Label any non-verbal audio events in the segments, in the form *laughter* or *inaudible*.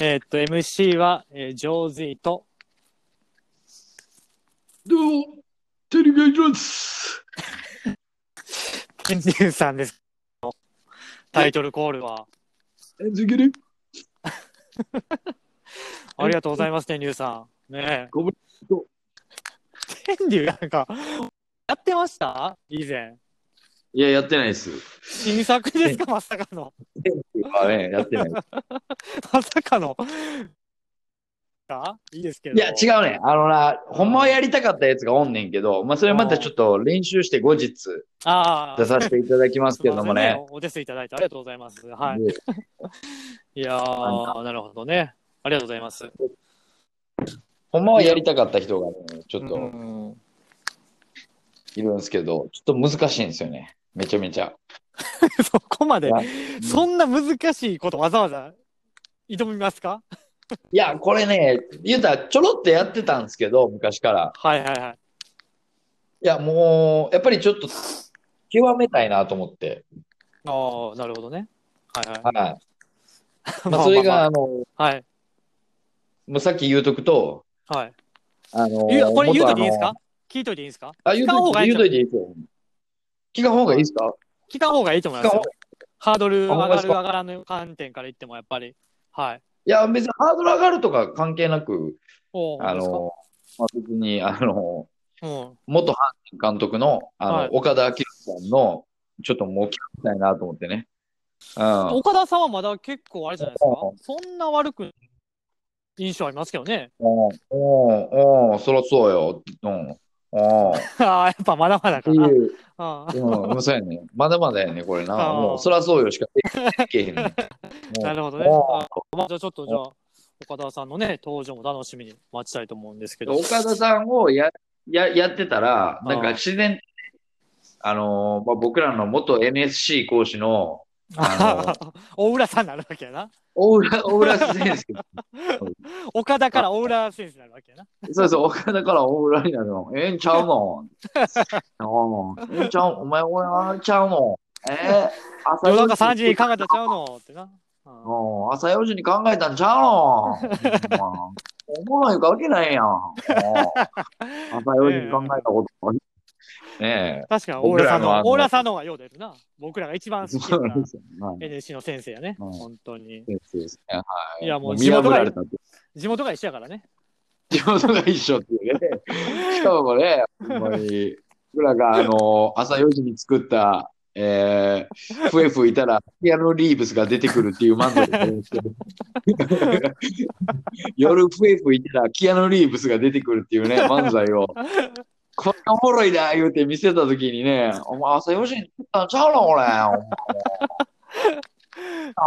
えーっと、MC は、えー、ジョーズイと、ケンリュウさんです。タイトルコールは、ありがとうございます、天竜さん。ねえ。ごめんと天竜なんか、やってました以前。いや、やってないです。新作ですか、まさかの。あね、やってない。まさかの。あいいですけど。いや、う。違うね。あのな、ほんまはやりたかったやつがおんねんけど、まあ、それまたちょっと練習して後日ああ。出させていただきますけどもすいまねせん。。お手数いただいてありがとうございます。はい。でいやー、なるほどね。ありがとうございます。ほんまはやりたかった人がね、ちちょっといるんですけど、ちょっと難しいんですよね。めちゃめちゃ。 *laughs* そこまでいや、そんな難しいことわざわざ挑みますかいや、これね、言うたらちょろっとやってたんですけど、昔から。はいはいはい。いや、もう、やっぱりちょっと、極めたいなと思って。ああ、なるほどね。はい *laughs* はい。はい。まあ、それが、あの、はい。もうさっき言うとくと、はい。あの、いやこれ言うと元いていいですあかの聞いといていいですかあ、言うといて、聞言いうた方がといいていいですよ。聞かん方がいいですか聞いた方がいいと思います聞いよた方が。ハードルあ上ほんまがでするか上がらぬ観点から言ってもやっぱり。はい。いや、別にハードル上がるとか関係なく、おお、あの、まあ、別に、あの、うん。元阪神監督の、あの、はい岡田明さんの、ちょっともう聞きたいなと思ってね。うん。うん岡田さんはまだ結構あれじゃないですか。そんな悪く印象ありますけどね。 *laughs* うんうんうん、そらそうよ。うん。うん。っああ、やっぱまだまだてかいな。う。ああうん、うんそうやね。まだまだやね、これな。あーもう、そらそうよしかできへ *laughs* んね。もうなるほどね。ああまあ、じゃあちょっとじゃあ、岡田さんのね、登場も楽しみに待ちたいと思うんですけど。岡田さんをやややってたら、なんあかー自然、あのーまあ、僕らの元 NSC 講師のあ *laughs* 大浦さんになるわけやな。大浦大浦先生、 *laughs* 岡田から大浦先生になるわけやな。そうそう、岡田から大浦になるの。ええんちゃうの *laughs* うんええんちゃうお前、俺、あんちゃうのえー、朝夜四中3時に考えたらちゃうのってな。うんうん朝4時に考えたんちゃ *laughs* うの、うんおもろいわけないやん。うん朝4時に考えたこと。 *laughs* ねえ。確かに大僕浦さらんのあの、の大浦さんの方がよう出るな。僕らが一番好きそなうなんですよ。はい NSC の先生やね。うん本当に。そうですね。はい。いやもう見地元破がられたって。地元が一緒やからね。地元が一緒っていうね。 *laughs* しかもこれ、ほんまに、僕らがあの、朝4時に作った、えー、笛吹いたら、ピアノリーブスが出てくるっていう漫才があるんですけど *laughs* 夜笛吹いたら、キアノ・リーブスが出てくるっていうね、漫才を。これおもろいな、言うて見せたときにね、お前朝4時に作ったんちゃうの、これ。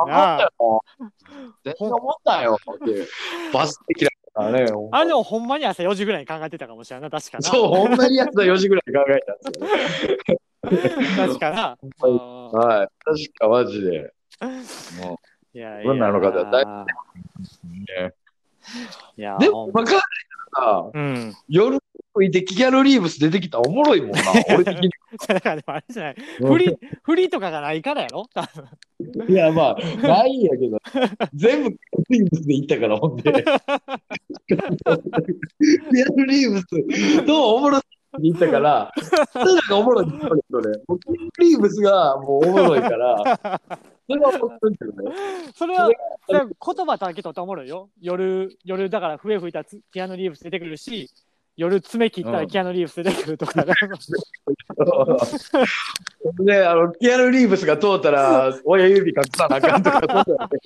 お前あかったよ。全然思ったよ。って、バスって嫌いだからね。あれでもほんまに朝4時ぐらいに考えてたかもしれんないな。確かな。そう、同じやつは4時ぐらいに考えたんですよ。 *laughs* 確か *laughs* な。うんはい。確か、マジで。もいやいや。どんなのかだだいいやうでほも、ん分かんないからさ、うん。 *laughs* 夜吹いてキアヌ・リーブス出てきたらおもろいもんな、俺的に。だからでもあれじゃない。振り、振りとかがないからやろ *laughs* 多分いや、まあ、ないんやけど、全部キアヌ・リーブスでいったから、ほんで。キアヌ・リーブスのおもろさにいったから、それなんかおもろいんですよねそれ。もうキアヌ・リーブスがもうおもろいから、それは思ってるけどね。それは、それは言葉だけとっておもろいよ。夜、夜だから笛吹いたらつキアノリーブス出てくるし、夜爪切ったうらんキアノリーブス出てくるとか。 *laughs* で、あの、キアヌ・リーブスが通ったら、親指隠さなあかんとか、そうだよね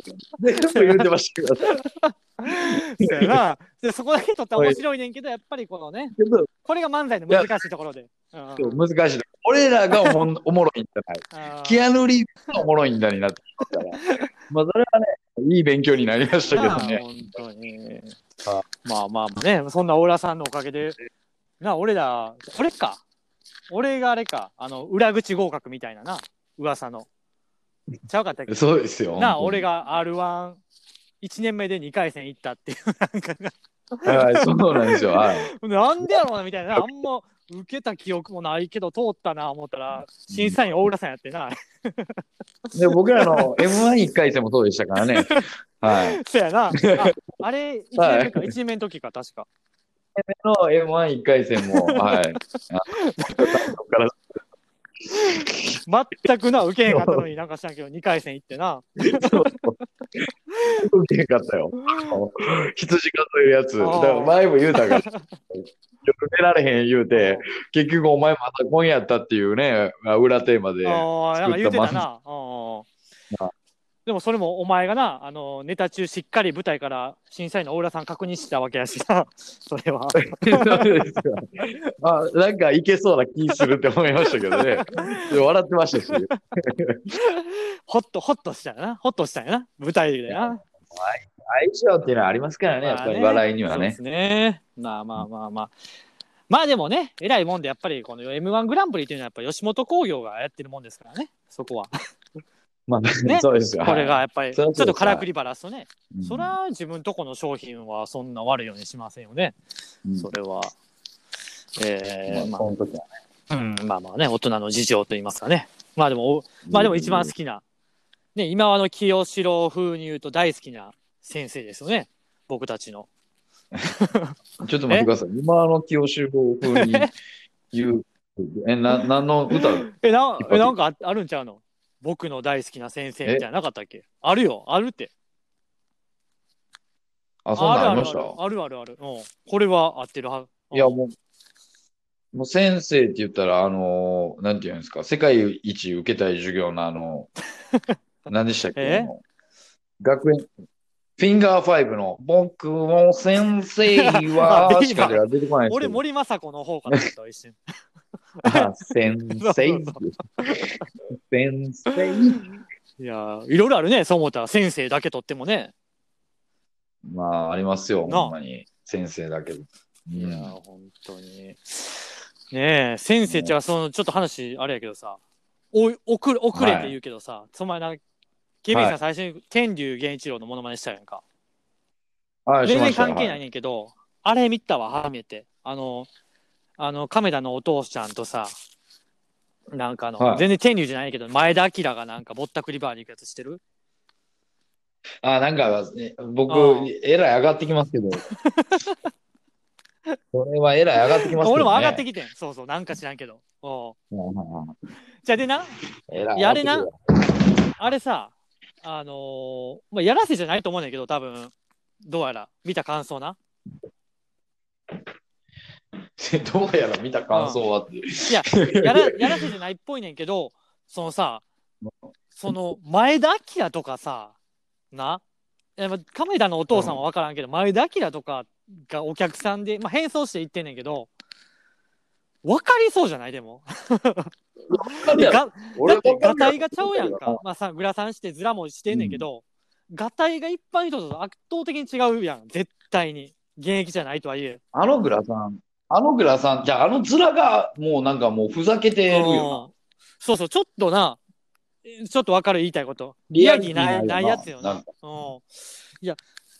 全部言ってましたけど、そうやなでそこだけとって面白いねんけど、やっぱりこのね、けどこれが漫才の難しいところで。うんうんそう難しいな。俺らがおもんおもろいんじゃない。あーキアヌ・リーブスがおもろいんだになってきたから。まあ、それはね、いい勉強になりましたけなあどね。本当にあ。まあまあまあね、そんなオーラさんのおかげで、なあ、俺ら、俺か。俺があれか、あの、裏口合格みたいなな、噂の。ちゃうかったっけそうですよ。なあ、俺が。が R11 年目で2回 *laughs* 戦行ったっていう、なんか、はい、そうなんですよ。はい。なんでやろうなみたいな、あんま受けた記憶もないけど通ったな思ったら審査員大浦さんやってな、 *laughs* で僕らの M11 回戦もそうでしたからね。はい。そうやなああれ1年目か1年目の時か確かの M11 回戦も、はい。全くな受けへんかったのになんかしたんけど2回戦行ってな受けへんかったよ。羊数えるやつ。だから前も言うた *laughs* から、夜寝られへん言うて、結局お前また今夜やったっていうね、裏テーマで。 *laughs* ああ、なんか言うて作たったな。うんでもそれもお前がな、あのネタ中しっかり舞台から審査員の大浦さん確認したわけやし *laughs* な、それは。そうですよあなんかいけそうな気するって思いましたけどね。 *laughs* で笑ってましたし。ほっと、ほっとしたよな、ほっとしたよな、舞台でな。相性っていうのはありますからね、やっぱり笑いにはそうでね。すね。まあまあまあまあ。まあでもね、偉いもんで、やっぱりこの M1 グランプリというのは、やっぱ吉本興業がやってるもんですからね、そこは。まあ、ねそうですよ。これがはいやっぱり、ちそりょゃそうですっとからくりバラすとね、うんそら自分とこの商品はそんな悪いようにしませんよね。うんそれは。えー、まあまその時はあ、うん、まあまあね、大人の事情と言いますかね。まあでも、おまあでも一番好きな、ね、今はの清志郎風に言うと大好きな先生ですよね。僕たちの。ちょっと待ってください。今の清志郎風に言う。え、な、何の歌え、な一発えなんかああるんちゃうの僕の大好きな先生みたいななかったっけあるよ、あるって。あ、そんなんありるましたあるあるあるあるうん。これは合ってるは。いや、もう、もう先生って言ったら、あのーなんていうんですか、世界一受けたい授業のあの、 *laughs* 何でしたっけ、えあの学園、フィンガーファイブの、僕も先生 *laughs* あは、ビしーバーか出てこないですけ俺、ど森昌子の方かなと思った一瞬。 *laughs* あ先 *laughs* 生。そう先生。いやー、いろいろあるね、そう思ったら。先生だけとってもね。まあ、ありますよ、なあほんまに。先生だけど。いやー、うん本当に。ねえ、先生じゃあその、ちょっと話、あれやけどさ、おい遅れ遅れって言うけどさ、その前な、ケビンさん最初に天竜源一郎のモノマネしたやんか。はい、し全ま然したよ関係はないい。ねんけど、あれ見たわ、初めて。あの、あの、亀田のお父ちゃんとさ、なんかあの、はい全然天竜じゃないけど、前田明がなんかぼったくりバーに行くやつしてるあ、なんか、ね僕うん、えらい上がってきますけ *laughs* ど。それはえらい上がってきますけど、ね。俺も上がってきてん。そうそう、なんか知らんけど。おうはいはいはいじゃあでな、えらいいやあれな上がってあれさ、あのーまあ、やらせじゃないと思うねんだけど、多分どうやら、見た感想な。くるわどうやら見た感想はって。いややらやらせじゃないっぽいねんけど、そのさ、その前田明とかさ、な、いやまあ亀田のお父さんは分からんけど、前田明とかがお客さんで、まあ、変装して言ってんねんけど、分かりそうじゃないでも。がだって、ガタイがちゃうやんか。。まあさ、グラサンして、ズラもしてんねんけど、ガタイが一般の人と圧倒的に違うやん、絶対に。現役じゃないとはいえ。あのグラさん、あのグラさん、じゃああのズラがもうなんかもうふざけてるようんそうそう、ちょっとな、ちょっとわかる言いたいこと。リリアアリリテティィなないいないやつよな。なんうん。いや、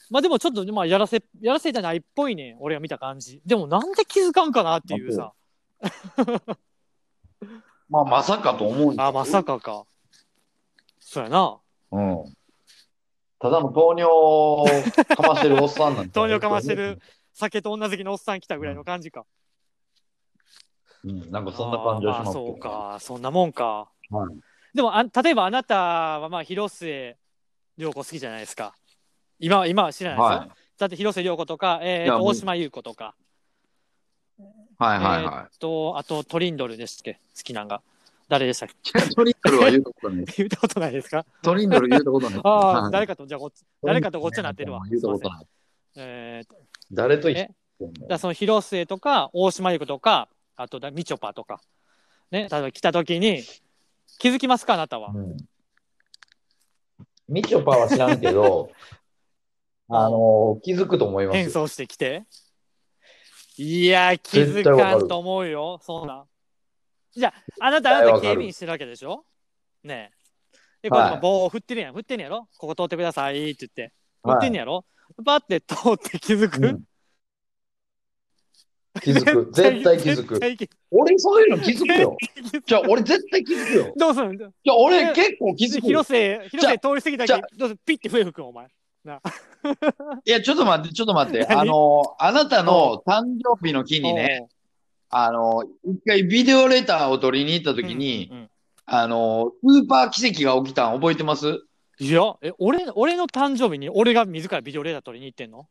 まあでもちょっと、まあやらせ、やらせじゃないっぽいね、俺が見た感じ。でもなんで気づかんかなっていうさ。な。まあまさかと思う。あ、まさかか。そうやな。うん。ただの糖尿をかましてるおっさんなんで *laughs* 糖尿かましてる。酒と女好きのおっさん来たぐらいの感じか。うん、なんかそんな感じがしあーまあすけどそうか、そんなもんか。はでもあ、例えばあなたは、まあ、広末涼子好きじゃないですか。今は、今は知らないですよ。はい。だって広瀬涼子とか、えーいやともう大島優子とか、はいはいはとあとトリンドルでしたっけ好きなんが誰でしたっけい。トリンドルは言うたことない。 *laughs* 言ったことないですかトリンドル言うたことない。 *laughs* ああ、はい誰かとじゃあこっち誰かとごっちゃなってるわ言うたことない。えーと誰と一緒にだからその広末とか大島優子とかあとだみちょぱとかね例えば来た時に気づきますかあなたは、うんみちょぱは知らんけ *laughs* ど、あの、気づくと思いま変す。装してきていやー気づかんと思うよそんなんじゃああなたあなた絶対わか警る備員してるわけでしょねえでこれはい今棒を振ってるやん振ってんやろここ通ってくださいって言って振はっいてんやろ、バッて通って気づく、うん気づく。絶対気づ絶く。対気づ俺そういうの気づく *laughs* よ。くじゃあ俺絶対気づくよ。どうするんじゃあ俺結構気づくよ。広瀬、広瀬通り過ぎたじゃあけどうするピッて笛吹くん、お前。いや、ちょっと待って、ちょっと待って。 *laughs* 何あの、あなたの誕生日の日にね、あの、一回ビデオレターを取りに行ったおう、時に、うんうんあの、スーパー奇跡が起きたん覚えてますうんいや、え、俺、俺の誕生日に俺が自らビデオレーダー取りに行ってんの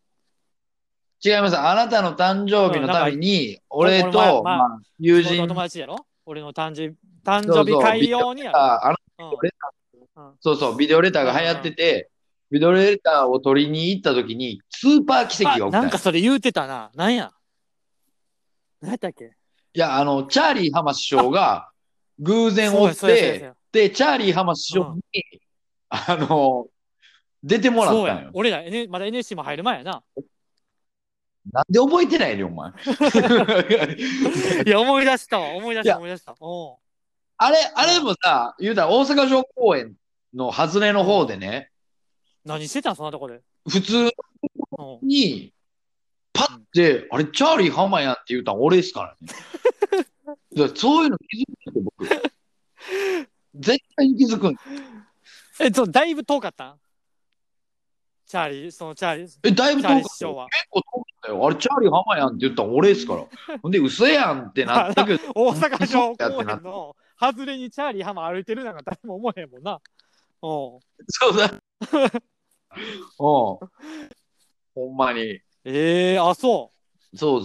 違います。あなたの誕生日のために、俺この前と、まあまあ、友俺の人友が、達やろ俺の誕生日、誕そう生日会用にやろあの、うんそうそう、ビデオレターが流行ってて、ビデオレターを取りに行った時に、スーパー奇跡が起きあなたんんよかそれ言うてたな。なんや何やったっけいや、あの、チャーリー浜師匠が偶然追っそうやそうやそうて、やで、チャーリー浜師匠に、あの、出てもらっそうたんやよ。俺ら、N、まだ NSC も入る前やな。なんで覚えてないねん、お前。 *laughs* いや、思い出したわ。思い出しいやた、思い出した。おあれ、あれもさ、言うたら大阪城公園の外れの方でね、う何してたんそんなとこで。普通おうに、パッて、あれ、チャーリー浜やんって言うたん俺ですからね。 *laughs* だからそういうの気づくんですよ、僕。絶対に気づくん。え、そうだいぶ遠かったんチャーリー、そのチャーリー、チえ、だいャぶ遠ーかリっー師たよ匠は。結構遠かったよ。あれ、チャーリー浜やんって言ったん俺ですから。ほんで、嘘やんってなったけど、大阪城公園の外れにチャーリー浜歩いてるなんか誰も思えへんもんな。おうそうだ。 *laughs* うん。ほんまに。ええあ、そそう。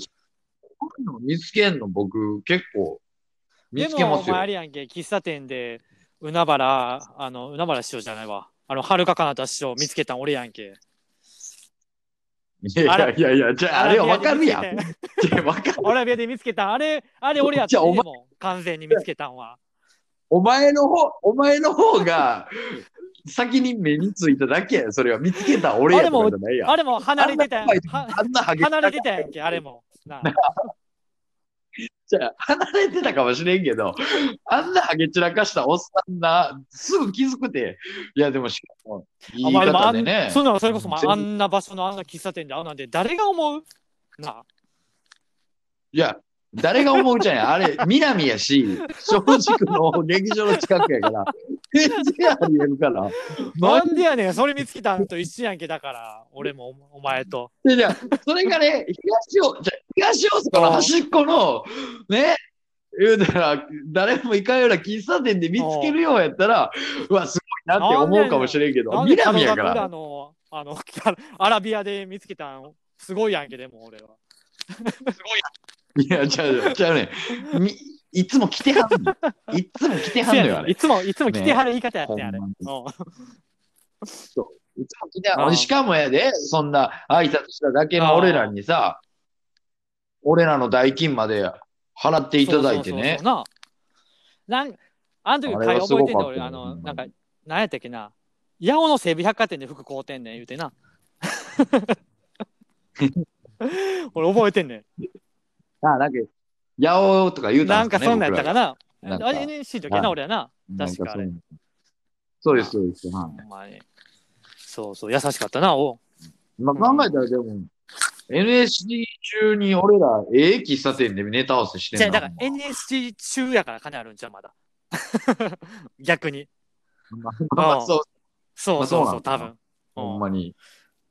こういうの見つけんの、僕、結構。う。見でつけも、まおすよ前。あれやんけ、喫茶店で、海原、あの、海原師匠じゃないわ。あの、はるかかなた師匠見つけたん俺やんけ。いやいやいやいや、じゃあ、あれはわかるやん。アラビアで見つじゃあわかるけたん。アラビアで見つけたん。あれ、あれ俺やっじゃたあおね、前でも完全に見つけたんは。お前の方、お前の方が、先に目についただけやんそれは見つけた俺やとかじゃないやん。あれも離れてたやん。はあんなハゲ離れてたやんけ、あれも。なあじゃあ離れてたかもしれんけど、あんなハゲ散らかしたおっさんな、すぐ気づくて。いや、でもしかも、言いまあでもあ方んでね。そんなのそれこそ、ま全あ、然あんな場所のあんな喫茶店であんなんで誰が思うなあいや、誰が思うじゃない。あれ、南やし、正直の劇場の近くやから、全然ありえるから。ななんんでやねん、それ見つけたんと一緒やんけ、だから、俺もおお前と。でじゃあそれがね、東大、じゃあ東大阪の端っこの、ね、言うたら、誰も行かんような喫茶店で見つけるようやったら、うわ、すごいなって思うかもしれんけど、なんで南やか角田ら。の、あの、 *laughs* アラビアで見つけたん、すごいやんけ、でも俺は。いや、じゃあ、じゃあね、みいつも来てはんの。いつも来てはんのよ、あせやねれ。いつも、いつも来てはる言い方やほってん、んあれ。まにうんいつも来てはんあの。あしかもやで、そんな挨拶しただけの俺らにさ、俺らの代金まで払っていただいてねそうそうそうそう。ななんあの時あれ会はすご覚かえってたんだ俺、あほの、んまなにんか、なんやったっけな。八尾の西武百貨店で服買うてんねん言う *laughs* てな。俺覚えてんねあ、なんか、やおーとか言ん。うたなんんでかすねそんなんやったかな。僕らがなあんれか NSC の時やはいな、俺やな。確かあれなんそうです、そうです。はほんまに。そうそう、優しかったな、おい。まあ、考えたらでも、NSC 中に俺ら、ええ喫茶店でネタ合わせしてじゃんあ、だだから NSC 中やから金あるんちゃう、まだ。 *laughs* 逆に。まあまあ、そう、そうそうそう、まあ多そうなん分。ほんまに。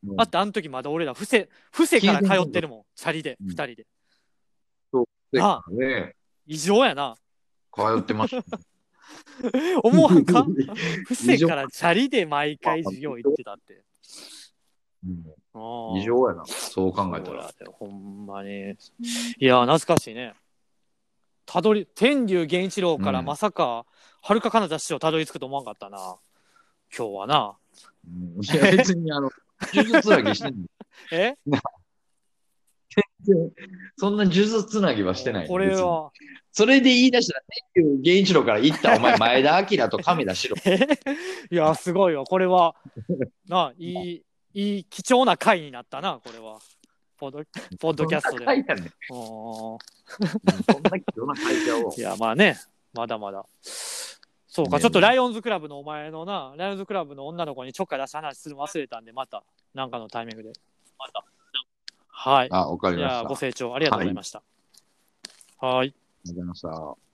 だってあの時まだ俺ら、伏せ、伏せから通ってるもん、チャリで、うん二人で。であね、異常やな。通ってま *laughs* した。思わ *laughs* んか不正からチャリで毎回授業行ってたって。うんあー異常やな、そう考えたそうらや。でほんまに。いや、懐かしいね。たどり、天竜源一郎からうんまさか、はるかかなた師匠たどり着くと思わんかったな。今日はな。うんいや、別にあ *laughs* の、呪術つなぎしてんの。えそんな呪術つなぎはしてない。これは、別に。それで言い出したら、天竜源一郎から言 *laughs* った、お前、前田明と亀田四郎。えいや、すごいわ。こ *laughs* れは、な、いい、いい、貴重な回になったな、これは。ポッドポッドキャスト *laughs* そんなでも。回やねんうんそんな貴重な会社を *laughs* い。や、まあね、まだまだ。そうか、ねちょっとライオンズクラブのお前のな、ライオンズクラブの女の子にちょっかい出した話するの忘れたんで、また、なんかのタイミングで。また。はい。あ、わかりいましや、たご。清聴ありがとうございました。はい。りがとうございました。